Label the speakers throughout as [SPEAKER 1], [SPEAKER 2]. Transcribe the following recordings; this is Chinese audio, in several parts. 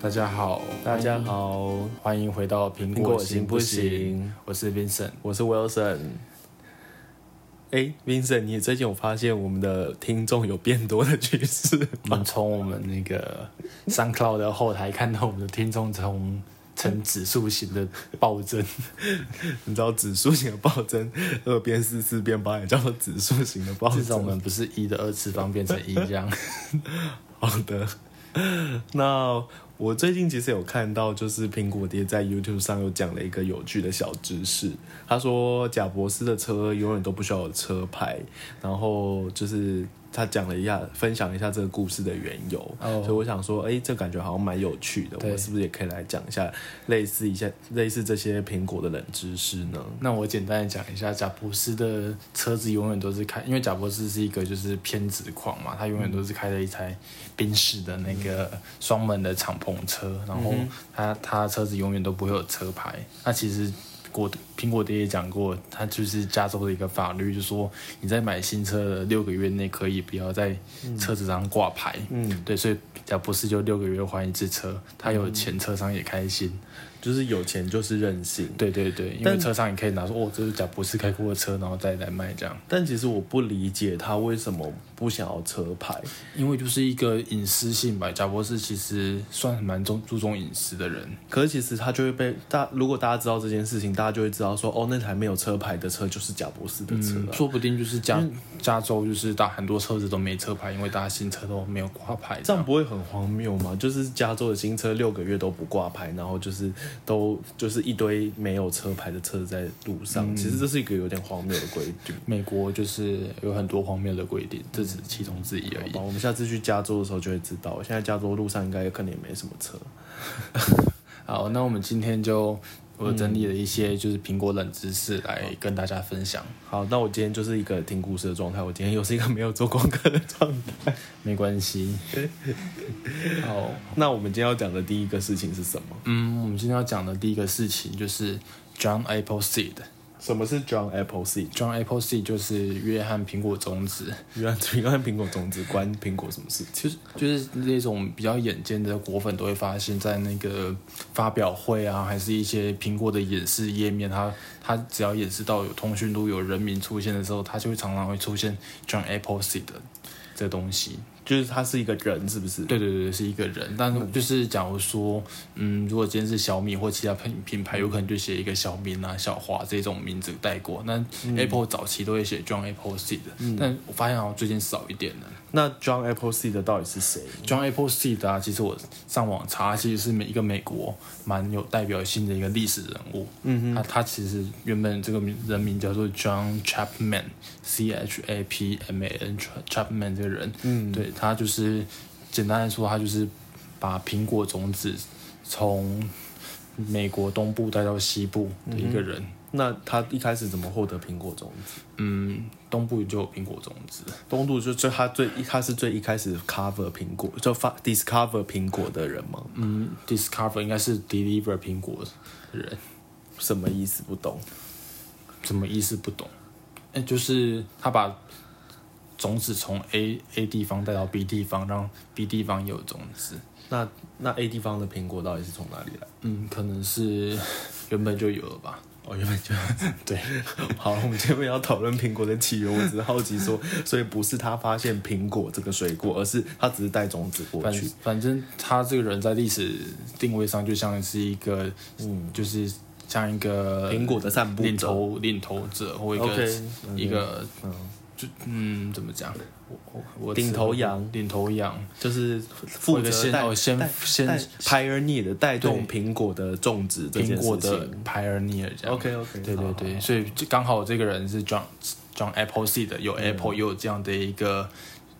[SPEAKER 1] 大家好，
[SPEAKER 2] 大家好，
[SPEAKER 1] 欢迎回到苹
[SPEAKER 2] 苹
[SPEAKER 1] 果
[SPEAKER 2] 果
[SPEAKER 1] 行
[SPEAKER 2] 行
[SPEAKER 1] 不
[SPEAKER 2] 不
[SPEAKER 1] 行？
[SPEAKER 2] 行？
[SPEAKER 1] 我是 Vincent。
[SPEAKER 2] 我是 Wilson。哎，Vincent，你最近有发现我们的听众有变多的趋势
[SPEAKER 1] 我
[SPEAKER 2] 吗
[SPEAKER 1] 们？从我们那个 SoundCloud 的后台看到我们的听众从呈指数型的暴增，
[SPEAKER 2] 你知道指数型的暴增，二变四，四变八，也叫做指数型的暴
[SPEAKER 1] 至少我
[SPEAKER 2] 增。
[SPEAKER 1] 们不是一的二次方变成一这样。
[SPEAKER 2] 好的， 那我最近其实有看到，就是苹果爹在 YouTube 上有讲了一个有趣的小知识。他说贾博士的车永远都不需要有车牌，然后就是他讲了一下，分享一下这个故事的缘由。
[SPEAKER 1] 哦
[SPEAKER 2] 所以我想说，哎、这感觉好像蛮有趣的，我
[SPEAKER 1] 对
[SPEAKER 2] 们是不是也可以来讲一下类似一些类似这些苹果的冷知识呢？
[SPEAKER 1] 那我简单的讲一下，贾博士的车子永远都是开，因为贾博士是一个就是偏执狂嘛，他永远都是开了一台宾士的那个双门的敞篷车，然后他他车子永远都不会有车牌。那其实果苹果爹也讲过，他就是加州的一个法律，就说你在买新车的六个月内可以不要在车子上挂牌。
[SPEAKER 2] 嗯，
[SPEAKER 1] 对，所以贾博士就六个月换一次车，他有钱车商也开心。
[SPEAKER 2] 就是有钱就是任性。
[SPEAKER 1] 对对对，因为
[SPEAKER 2] 但
[SPEAKER 1] 车上你可以拿说，哦，这是贾博士开过的车，然后再来卖这样。
[SPEAKER 2] 但其实我不理解他为什么不想要车牌。
[SPEAKER 1] 因为就是一个隐私性吧，贾博士其实算蛮重注重隐私的人。
[SPEAKER 2] 可是其实他就会被大，如果大家知道这件事情，大家就会知道说，哦，那台没有车牌的车就是贾博士的车、啊
[SPEAKER 1] 说不定就是加加州就是大很多车子都没车牌，因为大家新车都没有挂牌。
[SPEAKER 2] 这样不会很荒谬吗？就是加州的新车六个月都不挂牌，然后就是都就是一堆没有车牌的车在路上，其实这是一个有点荒谬的规 定。
[SPEAKER 1] 美国就是有很多荒谬的规
[SPEAKER 2] 嗯
[SPEAKER 1] 定，这只是其中之一而
[SPEAKER 2] 好
[SPEAKER 1] 已
[SPEAKER 2] 吧，。我们下次去加州的时候就会知道，现在加州路上应该可能也没什么车。
[SPEAKER 1] 好，那我们今天就我整理了一些就是苹果冷知识来跟大家分享。
[SPEAKER 2] 好，那我今天就是一个听故事的状态，我今天又是一个没有做功课的状态。
[SPEAKER 1] 没关系。好，
[SPEAKER 2] 那我们今天要讲的第一个事情是什么？
[SPEAKER 1] 嗯，我们今天要讲的第一个事情就是 John Appleseed。
[SPEAKER 2] 什么是 John Appleseed？
[SPEAKER 1] John Appleseed 就是约翰苹果种子，
[SPEAKER 2] 原来苹果苹果种子关苹果什么 事
[SPEAKER 1] 就
[SPEAKER 2] 情？
[SPEAKER 1] 是就是那种比较眼尖的果粉都会发现，在那个发表会啊，还是一些苹果的演示页面，它它只要演示到有通讯录、有人名出现的时候，它就会常常会出现 John Appleseed 的这东西。
[SPEAKER 2] 就是他是一个人，是不是？，
[SPEAKER 1] 对对对，是一个人。但是就是假如说，嗯，如果今天是小米或其他品品牌，有可能就写一个小明啊、小华这种名字带过。那 Apple 早期都会写 John Appleseed，、但我发现好像最近少一点了。
[SPEAKER 2] 那 John Appleseed 到底是谁？
[SPEAKER 1] John Appleseed 啊，其实我上网查，其实是每一个美国蛮有代表性的一个历史人物。嗯他他其实原本这个名人名叫做 John Chapman，C H A P M A N Chapman 这个人，嗯，对他就是简单来说，他就是把苹果种子从美国东部带到西部的一个人。
[SPEAKER 2] 那他一开始怎么获得苹果种子？
[SPEAKER 1] 嗯，东部就有苹果种子，
[SPEAKER 2] 东渡就最他最他是最一开始 cover 苹果，就发 discover 苹果的人吗？
[SPEAKER 1] 嗯，Discover 应该是 deliver 苹果的人。
[SPEAKER 2] 什么意思？不懂。
[SPEAKER 1] 什么意思不懂？哎，就是他把种子从 A A 地方带到 B 地方，让 B 地方也有种子。
[SPEAKER 2] 那那 A 地方的苹果到底是从哪里来？
[SPEAKER 1] 嗯，可能是原本就有了吧。
[SPEAKER 2] 哦，原本就
[SPEAKER 1] 对，
[SPEAKER 2] 好。我们前面要讨论苹果的起源，我只是好奇说， 所以不是他发现苹果这个水果，而是他只是带种子过
[SPEAKER 1] 反
[SPEAKER 2] 去。
[SPEAKER 1] 反正他这个人在历史定位上就像是一个，嗯，就是像一个
[SPEAKER 2] 苹果的散步者
[SPEAKER 1] 领头领头者或一个
[SPEAKER 2] OK，
[SPEAKER 1] 一个
[SPEAKER 2] 嗯
[SPEAKER 1] 就嗯怎么讲？我我我
[SPEAKER 2] 领头羊
[SPEAKER 1] 领头羊，
[SPEAKER 2] 就是负
[SPEAKER 1] 或者
[SPEAKER 2] 责
[SPEAKER 1] 先
[SPEAKER 2] 带
[SPEAKER 1] 哦先
[SPEAKER 2] 带
[SPEAKER 1] 先
[SPEAKER 2] 带 pioneer 的带动苹果的种植这件
[SPEAKER 1] 苹
[SPEAKER 2] 事
[SPEAKER 1] 果
[SPEAKER 2] 情
[SPEAKER 1] 的 pioneer 这样。
[SPEAKER 2] OK，OK，
[SPEAKER 1] 对对
[SPEAKER 2] 好
[SPEAKER 1] 对，
[SPEAKER 2] 好
[SPEAKER 1] 所以就刚好这个人是 John John Appleseed，有 Apple 也有这样的一个。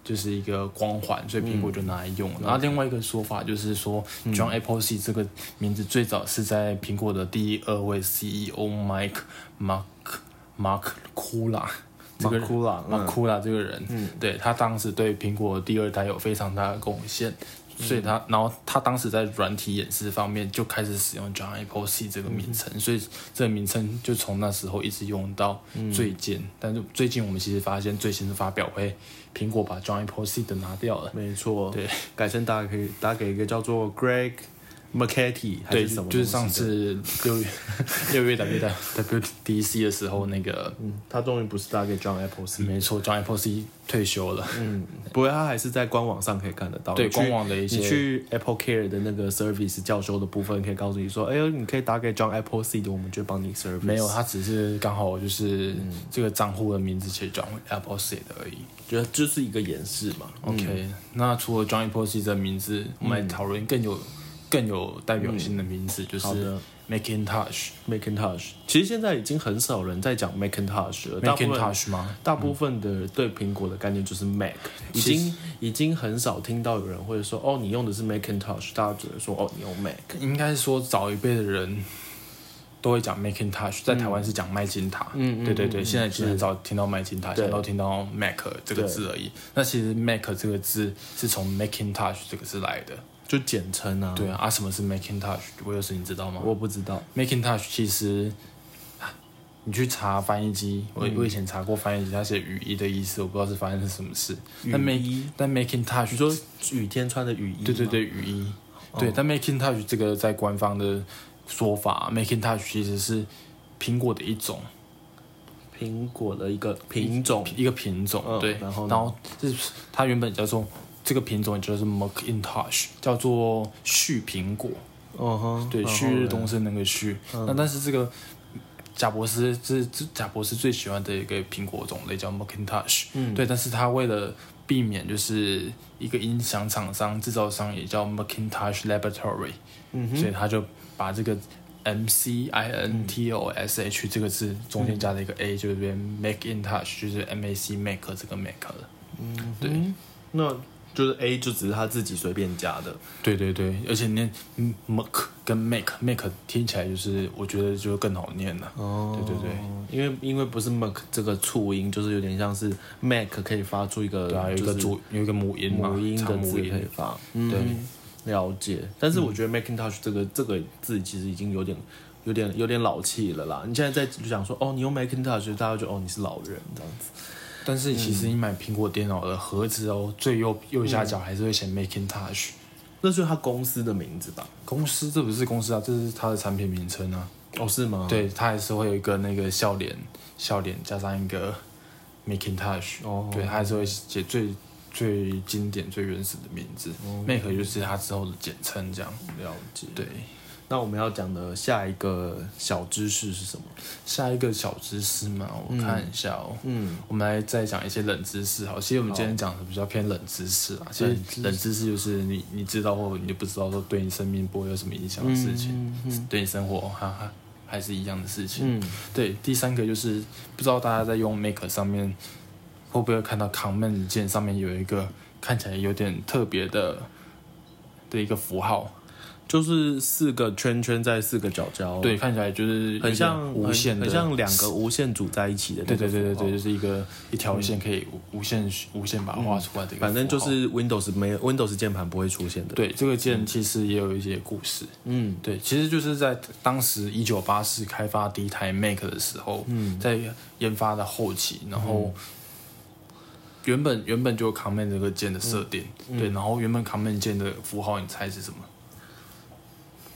[SPEAKER 1] 就是一个光环，所以苹果就拿来用。然后另外一个说法就是说、j o h n Appleseed 这个名字最早是在苹果的第二位 CEO Mike Mark Mark Kula 这个
[SPEAKER 2] Makula，嗯
[SPEAKER 1] 马库拉这个人，对他当时对苹果第二代有非常大的贡献，
[SPEAKER 2] 嗯
[SPEAKER 1] 所以他，然后他当时在软体演示方面就开始使用 John Apple C 这个名
[SPEAKER 2] 嗯
[SPEAKER 1] 称，所以这个名称就从那时候一直用到
[SPEAKER 2] 嗯
[SPEAKER 1] 最近。但是最近我们其实发现，最新的发表会，苹果把 John Apple C 的拿掉了。
[SPEAKER 2] 没错，
[SPEAKER 1] 对，
[SPEAKER 2] 改成打给打给一个叫做 Greg m c a t y 还
[SPEAKER 1] 对，
[SPEAKER 2] 是什么？
[SPEAKER 1] 就是上，次六六月 W W D C 的时候，那个、
[SPEAKER 2] 嗯，他终于不是打给 John Appleseed，
[SPEAKER 1] 没错，John Apple C 退休了，
[SPEAKER 2] 嗯，不过他还是在官网上可以看得到。
[SPEAKER 1] 对
[SPEAKER 2] 你去
[SPEAKER 1] 官网的一些
[SPEAKER 2] 你去 Apple Care 的那个 service 教授的部分，可以告诉你说，哎呦，你可以打给 John Appleseed，我们就帮你 service。
[SPEAKER 1] 没有，他只是刚好就是
[SPEAKER 2] 嗯
[SPEAKER 1] 这个账户的名字写 John Apple C 的而已。
[SPEAKER 2] 觉得就是一个演示嘛。
[SPEAKER 1] OK，、那除了 John Apple C 这名字，我们来
[SPEAKER 2] 嗯
[SPEAKER 1] 讨论更有更有代表性的名字，就
[SPEAKER 2] 好
[SPEAKER 1] 是
[SPEAKER 2] 的
[SPEAKER 1] Macintosh。
[SPEAKER 2] Macintosh，其实现在已经很少人在讲 Macintosh 了，大部分
[SPEAKER 1] Macintosh 吗？
[SPEAKER 2] 大部分的对苹果的概念就是 Mac，
[SPEAKER 1] 嗯
[SPEAKER 2] 已经已经很少听到有人会说哦，你用的是 Macintosh，大家只能说哦，你用 Mac。
[SPEAKER 1] 应该说早一辈的人都会讲 Macintosh，在台湾是讲麦金塔。
[SPEAKER 2] 嗯嗯
[SPEAKER 1] 对对对，
[SPEAKER 2] 嗯嗯
[SPEAKER 1] 现在其实很少听到麦金塔，现
[SPEAKER 2] 对
[SPEAKER 1] 在都听到 Mac 这个字而已。那其实 Mac 这个字是从 Macintosh 这个字来的。
[SPEAKER 2] 就简称啊。
[SPEAKER 1] 对，啊，啊什么是 Macintosh？我有时你知道吗
[SPEAKER 2] 我不知道。
[SPEAKER 1] ？Macintosh 其实。啊你去查翻译机，我
[SPEAKER 2] 嗯
[SPEAKER 1] 我以前查过翻译机，它写雨衣的意思，我不知道是发生什么事。但 Mac 但 Macintosh
[SPEAKER 2] 你说雨天穿的雨衣，
[SPEAKER 1] 对对，对，雨衣。
[SPEAKER 2] 哦
[SPEAKER 1] 对，但 Macintosh 这个在官方的说法，Macintosh 其实是苹果的一种
[SPEAKER 2] 苹果的一个品种，
[SPEAKER 1] 一个品种，
[SPEAKER 2] 嗯
[SPEAKER 1] 对。
[SPEAKER 2] 然后呢
[SPEAKER 1] 然后这是它原本叫做这个品种，就是 Macintosh，叫做旭苹果，
[SPEAKER 2] 嗯哼，嗯
[SPEAKER 1] 对，
[SPEAKER 2] 然后
[SPEAKER 1] 旭日
[SPEAKER 2] 嘞
[SPEAKER 1] 东升那个旭。那但是这个贾伯斯，这这贾伯斯最喜欢的一个苹果种类叫 Macintosh，
[SPEAKER 2] 嗯
[SPEAKER 1] 对，但是他为了避免就是一个音响厂商、制造商也叫 Macintosh Laboratory，
[SPEAKER 2] 嗯
[SPEAKER 1] 所以他就把这个 M C I N T O S H 这个字中间加了一个 A，、就是变 Make in Touch，就是 M A C Make 这个 Make 了。
[SPEAKER 2] 嗯
[SPEAKER 1] 对
[SPEAKER 2] 哼，那就是 A 就只是他自己随便加的，
[SPEAKER 1] 对对对，而且念嗯 Make 跟 Make Make 听起来就是我觉得就更好念了。
[SPEAKER 2] 哦
[SPEAKER 1] 对对对。
[SPEAKER 2] 因为因为不是 Mac 这个促音，就是有点像是 Mac 可以发出一个
[SPEAKER 1] 对啊，有一
[SPEAKER 2] 就
[SPEAKER 1] 个
[SPEAKER 2] 是
[SPEAKER 1] 主有一个母音嘛，
[SPEAKER 2] 母音
[SPEAKER 1] 长
[SPEAKER 2] 的
[SPEAKER 1] 母
[SPEAKER 2] 字可以
[SPEAKER 1] 音。
[SPEAKER 2] 发，嗯，了解。但是我觉得 Macintosh 这个这个字其实已经有点有点有点老气了啦。你现在在讲说哦，你用 Macintosh，大家就哦你是老人这样子。
[SPEAKER 1] 但是其
[SPEAKER 2] 嗯
[SPEAKER 1] 实你买苹果电脑的盒子哦，最右右下角还是会写 Macintosh。
[SPEAKER 2] 那就是他公司的名字吧？
[SPEAKER 1] 公司这不是公司啊，这是它的产品名称啊。
[SPEAKER 2] 哦，是吗？，
[SPEAKER 1] 对，它还是会有一个那个笑脸，笑脸加上一个 Macintosh，、
[SPEAKER 2] 哦
[SPEAKER 1] 对，它还是会写最最经典、最原始的名字、m a c 就是它之后的简称，这样。
[SPEAKER 2] 哦了解。
[SPEAKER 1] 对，
[SPEAKER 2] 那我们要讲的下一个小知识是什么？
[SPEAKER 1] 下一个小知识嘛，我看一下哦。
[SPEAKER 2] 嗯，
[SPEAKER 1] 我们来再讲一些冷知识好，其实我们今天讲的比较偏冷知识啊。其
[SPEAKER 2] 冷知
[SPEAKER 1] 实
[SPEAKER 2] 识
[SPEAKER 1] 冷知识就是你你知道或你就不知道，说对你生命不会有什么影响的嗯事情，对你生活哈哈还是一样的事情。
[SPEAKER 2] 嗯，
[SPEAKER 1] 对，第三个就是不知道大家在用 Make 上面会不会看到 Command 键上面有一个看起来有点特别的的一个符号，
[SPEAKER 2] 就是四个圈圈在四个角角，
[SPEAKER 1] 对，，看起来就是有点
[SPEAKER 2] 很像
[SPEAKER 1] 无限的，
[SPEAKER 2] 很像两个无限组在一起的。
[SPEAKER 1] 对对对对对，，就是一个一条线可以无无限无限把它画出来的一个符号，
[SPEAKER 2] 嗯反正就是 Windows 没有 Windows 键盘不会出现的。，
[SPEAKER 1] 对嗯这个键其实也有一些故事，
[SPEAKER 2] 嗯，
[SPEAKER 1] 对，其实就是在当时一九八四开发第一台 Mac 的时候，嗯，在研发的后期，然后原本原本就有 Command 这个键的设定，对，然后原本 Command 键的符号，你猜是什么？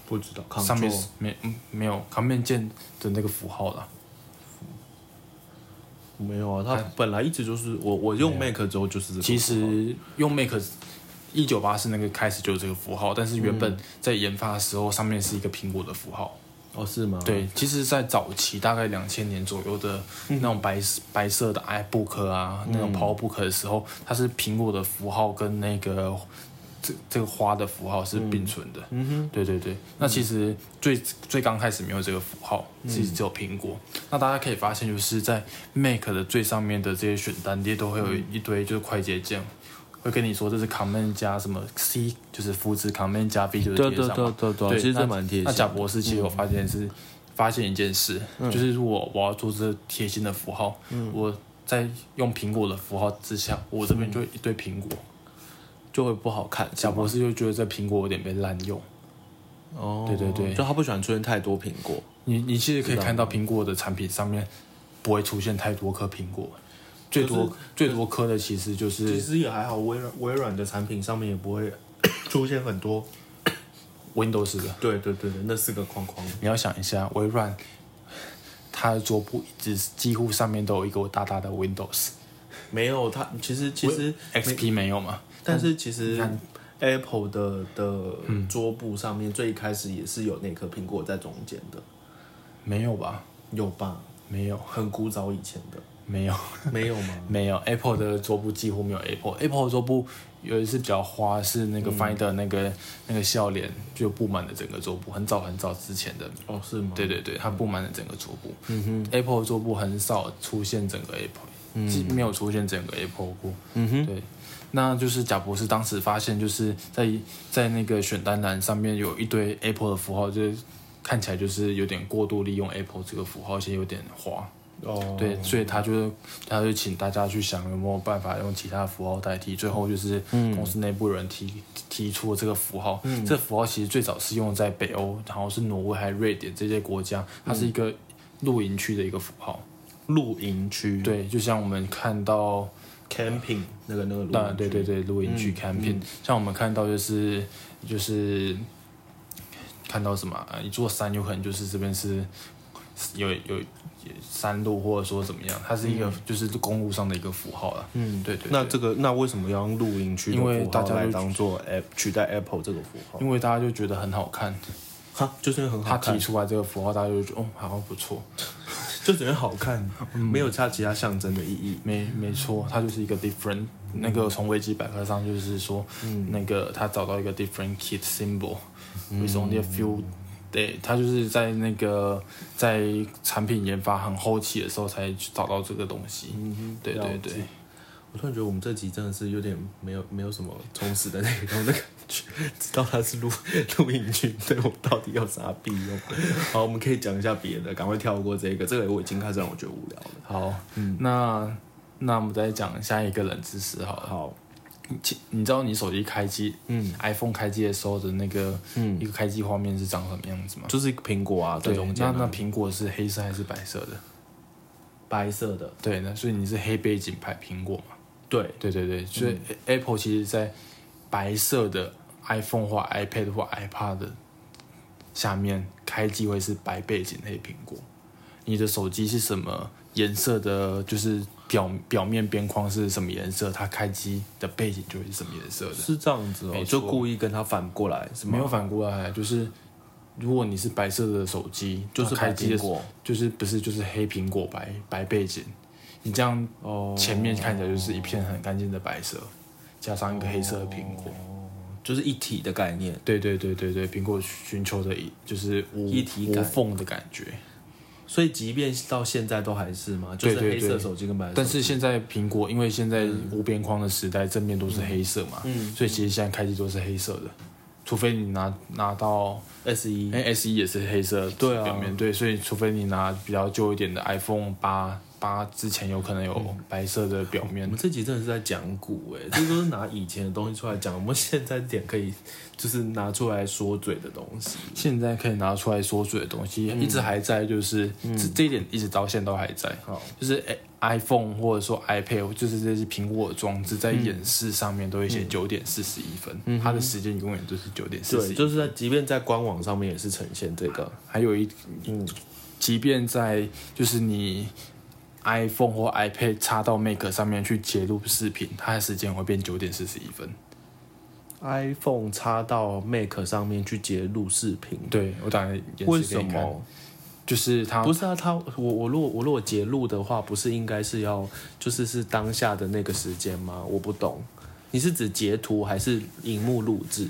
[SPEAKER 2] 不知道。
[SPEAKER 1] 上面
[SPEAKER 2] Control
[SPEAKER 1] 是没嗯没有 Command 键的那个符号啦。
[SPEAKER 2] 没有啊，它本来一直就是我我用 Mac 之后就是这个
[SPEAKER 1] 哎其实用 Mac 一九八四那个开始就有这个符号，但是原本在研发的时候，上面是一个苹果的符号。
[SPEAKER 2] 哦是吗？，
[SPEAKER 1] 对，其实，在早期大概两千年左右的那种白、白色的 iBook 啊，那种 PowerBook 的时候，它是苹果的符号跟那个这这个花的符号是并存的。嗯哼，对对对。那其实最最刚开始没有这个符号，其实只有苹果。那大家可以发现，就是在 Mac 的最上面的这些选单列都会有一堆就是快捷键。会跟你说这是 Command 加什么 C，就是复制 Command 加 B 就是
[SPEAKER 2] 对
[SPEAKER 1] 贴上嘛
[SPEAKER 2] 对对对对哦其实
[SPEAKER 1] 那
[SPEAKER 2] 这蛮贴心嗯
[SPEAKER 1] 那贾博士其实我发现是、发现一件事，就是如果我要做这贴心的符号，
[SPEAKER 2] 嗯
[SPEAKER 1] 我在用苹果的符号之下，我这边就一堆苹果。
[SPEAKER 2] 嗯就会不好看。
[SPEAKER 1] 贾博士就觉得这苹果有点被滥用。
[SPEAKER 2] 哦，
[SPEAKER 1] 对对对
[SPEAKER 2] 就他不喜欢出现太多苹果。
[SPEAKER 1] 你你其实可以看到苹果的产品上面不会出现太多颗苹果，最多、
[SPEAKER 2] 可
[SPEAKER 1] 最多颗的其实就
[SPEAKER 2] 其
[SPEAKER 1] 是
[SPEAKER 2] 实也还好，微软微软的产品上面也不会出现很多
[SPEAKER 1] Windows 的。
[SPEAKER 2] 对对对对，那四个框框，
[SPEAKER 1] 你要想一下，微软它的桌布椅子几乎上面都有一个大大的 Windows。
[SPEAKER 2] 没有它其实其实
[SPEAKER 1] XP 没有嘛？
[SPEAKER 2] 但是其实
[SPEAKER 1] 看嗯
[SPEAKER 2] Apple 的的桌布上面最一开始也是有那颗苹果在中间的，
[SPEAKER 1] 没有吧？
[SPEAKER 2] 有吧？
[SPEAKER 1] 没有，
[SPEAKER 2] 很古早以前 的，
[SPEAKER 1] 没有，
[SPEAKER 2] 没有 吗？
[SPEAKER 1] 没有。Apple 的桌布几乎没有 Apple。Apple 的桌布有一次比较花，是那个 Finder 那个、那个笑脸就布满了整个桌布，很早很早之前的。
[SPEAKER 2] 哦，是吗？
[SPEAKER 1] 对对对，它布满了整个桌布。嗯哼，Apple 的桌布很少出现整个 Apple，、嗯、没有出现整个 Apple 过。
[SPEAKER 2] 嗯哼，
[SPEAKER 1] 对，那就是贾博士当时发现，就是在在那个选单栏上面有一堆 Apple 的符号，就是看起来就是有点过度利用 Apple 这个符号，而且有点花。
[SPEAKER 2] 哦，
[SPEAKER 1] 对，所以他就他就请大家去想有没有办法用其他符号代替。最后就是公司内部有人提提出了这个符号，这符号其实最早是用在北欧，然后是挪威还有瑞典这些国家，它是一个露营区的一个符号。
[SPEAKER 2] 露营区，
[SPEAKER 1] 对，就像我们看到。
[SPEAKER 2] ，camping 那个那个露
[SPEAKER 1] 那
[SPEAKER 2] 营
[SPEAKER 1] 对
[SPEAKER 2] 区，
[SPEAKER 1] 对对，露营
[SPEAKER 2] 嗯
[SPEAKER 1] 区 camping，、像我们看到就是就是看到什么呃一座山，有可能就是这边是有有有山路或者说怎么样，它是一个、
[SPEAKER 2] 嗯
[SPEAKER 1] 就是公路上的一个符号啦。嗯，对对
[SPEAKER 2] 那这个那为什么要用露营区的
[SPEAKER 1] 因为
[SPEAKER 2] 符
[SPEAKER 1] 大
[SPEAKER 2] 号
[SPEAKER 1] 家
[SPEAKER 2] 来
[SPEAKER 1] 就
[SPEAKER 2] 当做 app 取代 Apple 这个符号？
[SPEAKER 1] 因为大家就觉得很好看，
[SPEAKER 2] 哈，就是因为很
[SPEAKER 1] 他
[SPEAKER 2] 好
[SPEAKER 1] 提
[SPEAKER 2] 看，
[SPEAKER 1] 出来这个符号，大家就觉得哦，好像不错，
[SPEAKER 2] 就只为好 看，
[SPEAKER 1] 嗯
[SPEAKER 2] 没有它其他象征的意义。
[SPEAKER 1] 没没错，它就是一个 different。那个从维基百科上就是说，那个他找到一个 different kit symbol，with only a few。对，他就是在那个在产品研发很后期的时候才去找到这个东西。对
[SPEAKER 2] 了
[SPEAKER 1] 对
[SPEAKER 2] 解
[SPEAKER 1] 对，
[SPEAKER 2] 我突然觉得我们这集真的是有点没有没有什么充实的内容的感觉，知道它是录录音区，对我到底有啥必用？好，我们可以讲一下别的，赶快跳过这个，这个我已经开始让我觉得无聊了。
[SPEAKER 1] 好，嗯那那我们再讲下一个冷知识好了。
[SPEAKER 2] 好，
[SPEAKER 1] 其你知道你手机开机，
[SPEAKER 2] 嗯
[SPEAKER 1] ，iPhone 开机的时候的那个，嗯，一个开机画面是长什么样子吗？
[SPEAKER 2] 就是苹果啊，在
[SPEAKER 1] 对，
[SPEAKER 2] 中间
[SPEAKER 1] 那
[SPEAKER 2] 啊、
[SPEAKER 1] 那苹果是黑色还是白色的？
[SPEAKER 2] 白色的，
[SPEAKER 1] 对，那所以你是黑背景拍苹果嘛？
[SPEAKER 2] 对，
[SPEAKER 1] 对对对，所以 Apple 其实在白色的 iPhone 或 iPad 或 iPad 的下面开机会是白背景黑苹果。你的手机是什么颜色的？就是表表面边框是什么颜色，它开机的背景就会是什么颜色的。
[SPEAKER 2] 是这样子哦，
[SPEAKER 1] 没
[SPEAKER 2] 就
[SPEAKER 1] 错
[SPEAKER 2] 故意跟它反过来，是吗？
[SPEAKER 1] 没有反过来，就是如果你是白色的手机，
[SPEAKER 2] 就是
[SPEAKER 1] 它开
[SPEAKER 2] 白
[SPEAKER 1] 机的
[SPEAKER 2] 苹
[SPEAKER 1] 时候
[SPEAKER 2] 果
[SPEAKER 1] 就是不是就是黑苹果白白背景，你这样
[SPEAKER 2] 哦，
[SPEAKER 1] 前面看起来就是一片很干净的白色，加上一个黑色的苹果。
[SPEAKER 2] 就是一体的概念。
[SPEAKER 1] 对对对对对，苹果寻求的一就是无
[SPEAKER 2] 一体
[SPEAKER 1] 无
[SPEAKER 2] 感
[SPEAKER 1] 缝的感觉。
[SPEAKER 2] 所以即便到现在都还是嘛，就是
[SPEAKER 1] 对对
[SPEAKER 2] 黑色
[SPEAKER 1] 对
[SPEAKER 2] 手机跟白色手机，
[SPEAKER 1] 但是现在苹果，因为现在无边框的时代，正面都是黑色嘛，所以其实现在开机都是黑色的，除非你拿拿到
[SPEAKER 2] S E 一
[SPEAKER 1] 因为 S E 一也是黑色，
[SPEAKER 2] 对啊
[SPEAKER 1] 表面对，所以除非你拿比较旧一点的 iPhone 八八之前，有可能有白色的表面
[SPEAKER 2] 我。们这集真的是在讲古哎、这都是拿以前的东西出来讲，我们现在点可以就是拿出来说嘴的东西。
[SPEAKER 1] 现在可以拿出来说嘴的东西，一直还在，就是、这这一点一直到现在都还在。
[SPEAKER 2] 好，
[SPEAKER 1] 就是 i- iPhone 或者说 iPad，就是这些苹果的装置在演示上面都会写九点四十一分，它的时间永远都是九点四十
[SPEAKER 2] 对，
[SPEAKER 1] 一。
[SPEAKER 2] 就是在即便在官网上面也是呈现这个，
[SPEAKER 1] 还有一，即便在就是你 iPhone 或 iPad 插到 Mac 上面去截录视频，它的时间会变九点四十一分。
[SPEAKER 2] iPhone 插到 Mac 上面去截录视频，
[SPEAKER 1] 对我打算演示给你看
[SPEAKER 2] 为什？么？
[SPEAKER 1] 就是它
[SPEAKER 2] 不是啊，他我我如果我如果截录的话，不是应该是要就是是当下的那个时间吗？我不懂，你是指截图还是荧幕录制？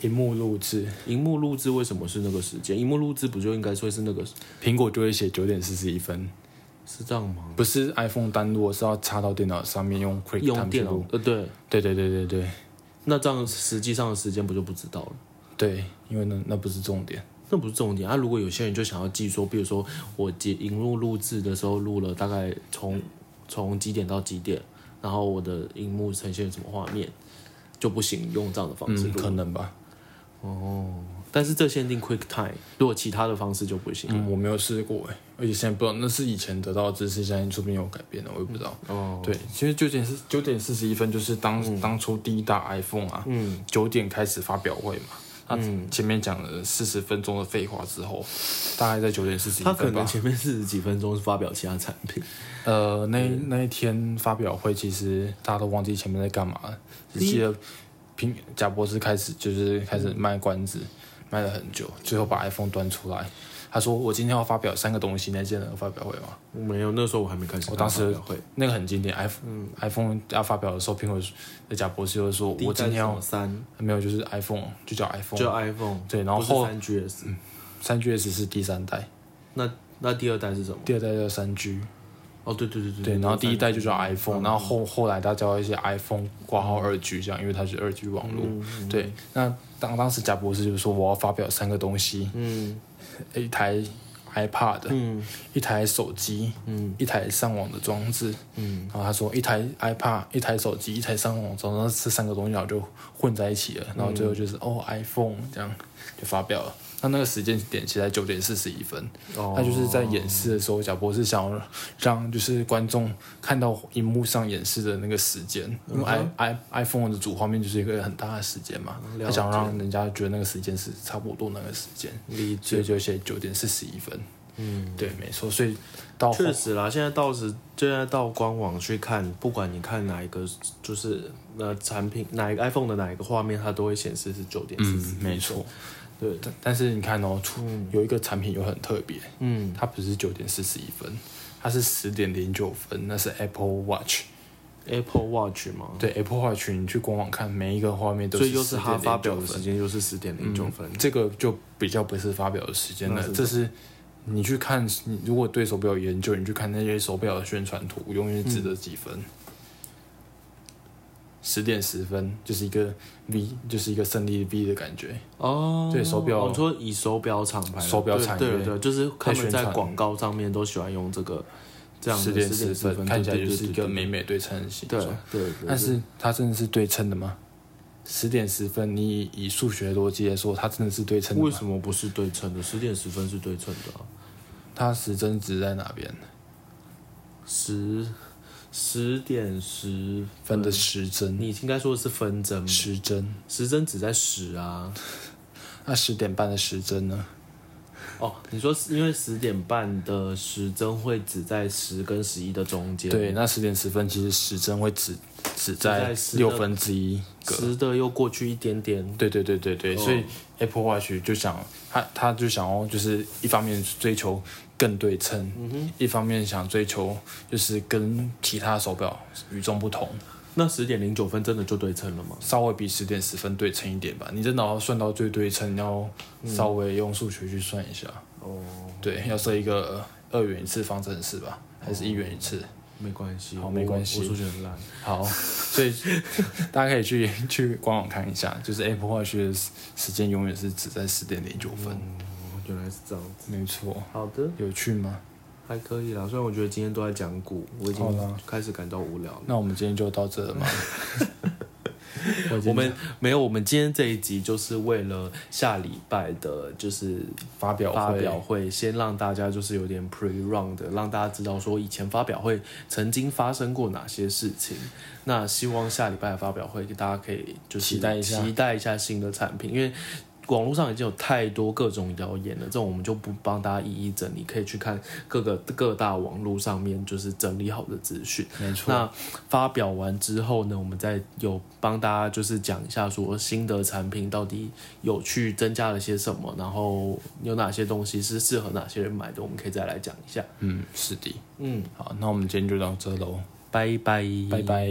[SPEAKER 1] 屏幕录制，
[SPEAKER 2] 荧幕录制为什么是那个时间？荧幕录制不就应该说是那个
[SPEAKER 1] 苹果就会写九点四十一分。
[SPEAKER 2] 是这样吗？
[SPEAKER 1] 不是 iPhone 单录，是要插到电脑上面用 Quick
[SPEAKER 2] 用电脑呃对，
[SPEAKER 1] 对对对对对
[SPEAKER 2] 那这样实际上的时间不就不知道了？
[SPEAKER 1] 对，因为那那不是重点。
[SPEAKER 2] 那不是重点啊！如果有些人就想要记说，比如说我节荧幕录制的时候录了大概从从几点到几点，然后我的荧幕呈现什么画面，就不行用这样的方式
[SPEAKER 1] 嗯，
[SPEAKER 2] 哦录。
[SPEAKER 1] 可能吧。
[SPEAKER 2] 但是这限定 QuickTime，如果其他的方式就不行。
[SPEAKER 1] 嗯，我没有试过哎，而且现在不知道那是以前得到的知识，现在说不定有改变了，我也不知道。
[SPEAKER 2] 哦，
[SPEAKER 1] 对，其实九点四
[SPEAKER 2] 嗯
[SPEAKER 1] 九点四十一分就是当、当初第一代 iPhone 啊，嗯，九点开始发表会嘛，他前面讲了四十分钟的废话之后，大概在九点四十一
[SPEAKER 2] 他可
[SPEAKER 1] 分吧
[SPEAKER 2] 能。前面四十几分钟是发表其他产品，
[SPEAKER 1] 呃，那那一天发表会，其实大家都忘记前面在干嘛了，只记得苹贾博士开始就是开始卖关子，卖了很久，最后把 iPhone 端出来。他说：“我今天要发表三个东西，你还记得那件发表会吗？
[SPEAKER 2] 没有，那时候我还没开始
[SPEAKER 1] 我
[SPEAKER 2] 看
[SPEAKER 1] 当
[SPEAKER 2] 发表
[SPEAKER 1] 时
[SPEAKER 2] 会。
[SPEAKER 1] 那个很经典，iPhone、iPhone 要发表的时候，苹果的贾博士就说：我今天要
[SPEAKER 2] 三，
[SPEAKER 1] 没有，就是 iPhone 就叫 iPhone，
[SPEAKER 2] 就 iPhone，
[SPEAKER 1] 对然后后
[SPEAKER 2] 三 GS，、
[SPEAKER 1] 三 GS 是第三代，
[SPEAKER 2] 那那第二代是什么？
[SPEAKER 1] 第二代叫三 G，
[SPEAKER 2] 哦，对对对对
[SPEAKER 1] 对，然后第一代就叫 iPhone，、然后后后来它叫一些 iPhone 挂号二 G 这样，因为它是二 G 网络。对，那当当时贾博士就说我要发表三个东西，
[SPEAKER 2] 嗯
[SPEAKER 1] 一台 iPad，、
[SPEAKER 2] 嗯
[SPEAKER 1] 一台手机，
[SPEAKER 2] 嗯
[SPEAKER 1] 一台上网的装置。
[SPEAKER 2] 嗯，
[SPEAKER 1] 然后他说一台 iPad，一台手机，一台上网装置，然后这三个东西然后就混在一起
[SPEAKER 2] 嗯
[SPEAKER 1] 了，然后最后就是、哦 iPhone 这样就发表了。那那个时间点其实在九点四十一分，
[SPEAKER 2] 哦
[SPEAKER 1] 他就是在演示的时候，贾博士想要让就是观众看到荧幕上演示的那个时间，因
[SPEAKER 2] 嗯
[SPEAKER 1] 为 i i iPhone 的主画面就是一个很大的时间嘛，
[SPEAKER 2] 了解
[SPEAKER 1] 他想让人家觉得那个时间是差不多那个时间，
[SPEAKER 2] 理
[SPEAKER 1] 所以
[SPEAKER 2] 解，
[SPEAKER 1] 就写九点四十一分。
[SPEAKER 2] 嗯，
[SPEAKER 1] 对，没错，所以到后
[SPEAKER 2] 确实啦，现在到时现在到官网去看，不管你看哪一个，就是呃产品哪一个 iPhone 的哪一个画面，它都会显示是九点四
[SPEAKER 1] 嗯
[SPEAKER 2] 十，，
[SPEAKER 1] 没错，
[SPEAKER 2] 对，
[SPEAKER 1] 但但是你看哦，出有一个产品又很特别，
[SPEAKER 2] 嗯，
[SPEAKER 1] 它不是九点四十一分，它是十点零九分，那是 Apple Watch。
[SPEAKER 2] Apple Watch 嘛，
[SPEAKER 1] 对 Apple Watch，你去官网看，每一个画面都
[SPEAKER 2] 所以
[SPEAKER 1] 是
[SPEAKER 2] 又是它发表的
[SPEAKER 1] 10.09分嗯
[SPEAKER 2] 时间，又是十点零九分，
[SPEAKER 1] 这个就比较不是发表的时间
[SPEAKER 2] 那
[SPEAKER 1] 了
[SPEAKER 2] 是，
[SPEAKER 1] 这是你去看，你如果对手表有研究，你去看那些手表的宣传图，永远只得几
[SPEAKER 2] 嗯
[SPEAKER 1] 分，十、点十分就是一个 V，就是一个胜利 V 的感觉，
[SPEAKER 2] 哦，
[SPEAKER 1] 对手表
[SPEAKER 2] 我说以手表厂牌来，啊
[SPEAKER 1] 手表产业
[SPEAKER 2] 对对对，就是他
[SPEAKER 1] 在宣
[SPEAKER 2] 们在
[SPEAKER 1] 传
[SPEAKER 2] 广告上面都喜欢用这个这样的
[SPEAKER 1] 十点
[SPEAKER 2] 10
[SPEAKER 1] 十
[SPEAKER 2] 分，
[SPEAKER 1] 分看起来
[SPEAKER 2] 对
[SPEAKER 1] 就
[SPEAKER 2] 对
[SPEAKER 1] 是一
[SPEAKER 2] 对
[SPEAKER 1] 个美美对称的形
[SPEAKER 2] 对
[SPEAKER 1] 状
[SPEAKER 2] 对。对对，对
[SPEAKER 1] 但是它真的是对称的吗？十点十分，你以以数学逻辑来说，它真的是对称的
[SPEAKER 2] 为
[SPEAKER 1] 吗？
[SPEAKER 2] 什么不是对称的？十点十分是对称的、啊，
[SPEAKER 1] 它时针值在哪边？
[SPEAKER 2] 十十点十
[SPEAKER 1] 分的时针，
[SPEAKER 2] 你应该说的是分针，
[SPEAKER 1] 时针。
[SPEAKER 2] 时针只在十啊。
[SPEAKER 1] 那十点半的时针呢？
[SPEAKER 2] 哦，你说是因为十点半的时针会只在十跟十一的中间，
[SPEAKER 1] 对，，那十点十分其实时针会只只在
[SPEAKER 2] 只在
[SPEAKER 1] 六分之一个。
[SPEAKER 2] 十的又过去一点点，
[SPEAKER 1] 对对对对对，所以 Apple Watch 就想他他就想要就是一方面追求更对称，一方面想追求就是跟其他手表与众不同，
[SPEAKER 2] 那十点零九分真的就对称了吗？
[SPEAKER 1] 稍微比十点十分对称一点吧。你真的要算到最对称，你要稍微用数学去算一下。
[SPEAKER 2] 哦，
[SPEAKER 1] 对，要设一个二元一次方程式吧，还是一元一次？
[SPEAKER 2] 没关系，
[SPEAKER 1] 好没
[SPEAKER 2] 我
[SPEAKER 1] 关系
[SPEAKER 2] 我数学很烂。哦
[SPEAKER 1] 好，所以 大家可以去 去官网看一下，就是 Apple Watch 的时时间永远是只在十点零九分，
[SPEAKER 2] 哦原来是这样子。
[SPEAKER 1] 没错，
[SPEAKER 2] 好的，
[SPEAKER 1] 有趣吗？
[SPEAKER 2] 还可以啦。虽然我觉得今天都在讲股，我已
[SPEAKER 1] 好
[SPEAKER 2] 经
[SPEAKER 1] 啦
[SPEAKER 2] 开始感到无聊了。
[SPEAKER 1] 那我们今天就到这了 嘛。我已经
[SPEAKER 2] 我们没有，我们今天这一集就是为了下礼拜的，就是
[SPEAKER 1] 发表
[SPEAKER 2] 发
[SPEAKER 1] 会
[SPEAKER 2] 表会，先让大家就是有点 pre run 的，让大家知道说以前发表会曾经发生过哪些事情。那希望下礼拜的发表会，大家可以就是
[SPEAKER 1] 期待一下
[SPEAKER 2] 期待一下新的产品，因为。网络上已经有太多各种谣言了，这种我们就不帮大家一一整理，可以去看各个各大网络上面就是整理好的资讯。
[SPEAKER 1] 没错，
[SPEAKER 2] 那发表完之后呢，我们再有帮大家就是讲一下说新的产品到底有去增加了些什么，然后有哪些东西是适合哪些人买的，我们可以再来讲一下。
[SPEAKER 1] 嗯，是的，
[SPEAKER 2] 嗯，
[SPEAKER 1] 好，那我们今天就到这喽，
[SPEAKER 2] 拜拜，
[SPEAKER 1] 拜拜。